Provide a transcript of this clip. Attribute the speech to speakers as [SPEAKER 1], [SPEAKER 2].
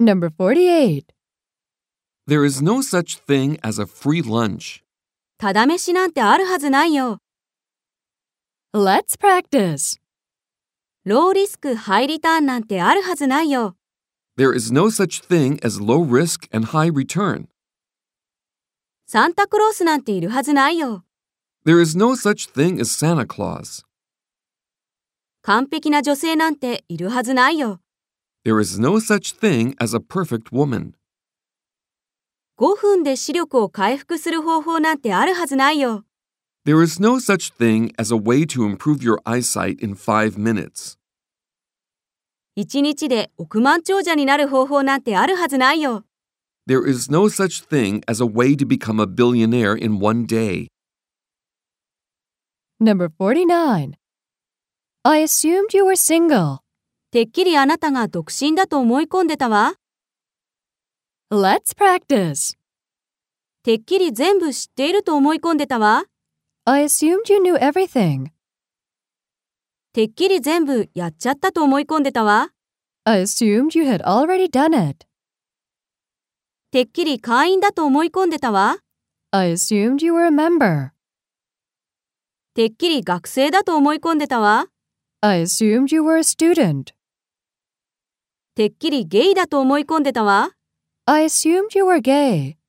[SPEAKER 1] Number 48.
[SPEAKER 2] There is no such thing as a free lunch.
[SPEAKER 3] ただ飯なんてあるはずないよ。
[SPEAKER 1] Let's practice.
[SPEAKER 3] ローリスクハイリターンなんてあるはずないよ。
[SPEAKER 2] There is no such thing as low risk and high return.
[SPEAKER 3] サンタクロースなんているはずないよ。
[SPEAKER 2] There is no such thing as Santa Claus.
[SPEAKER 3] 完璧な女性なんているはずないよ。
[SPEAKER 2] There is no such thing as a perfect woman.
[SPEAKER 3] 5分で視力を回復する方法なんてあるはずないよ。
[SPEAKER 2] There is no such thing as a way to improve your eyesight in five minutes.
[SPEAKER 3] 1日で億万長者になる方法なんてあるはずないよ。
[SPEAKER 2] There is no such thing as a way to become a billionaire in one day.
[SPEAKER 1] Number 49. I assumed you were single.
[SPEAKER 3] てっきりあなたが独身だと思い込んでたわ。
[SPEAKER 1] Let's practice.
[SPEAKER 3] てっきり全部知っていると思い込んでたわ。
[SPEAKER 1] I assumed you knew everything.
[SPEAKER 3] てっきり全部やっちゃったと思い込んでたわ。
[SPEAKER 1] I assumed you had already done it.
[SPEAKER 3] てっきり会員だと思い込んでたわ。
[SPEAKER 1] I assumed you were a member.
[SPEAKER 3] てっきり学生だと思い込んでたわ。
[SPEAKER 1] I assumed you were a student.
[SPEAKER 3] てっきりゲイだと思い込んでたわ。
[SPEAKER 1] I assumed you were gay.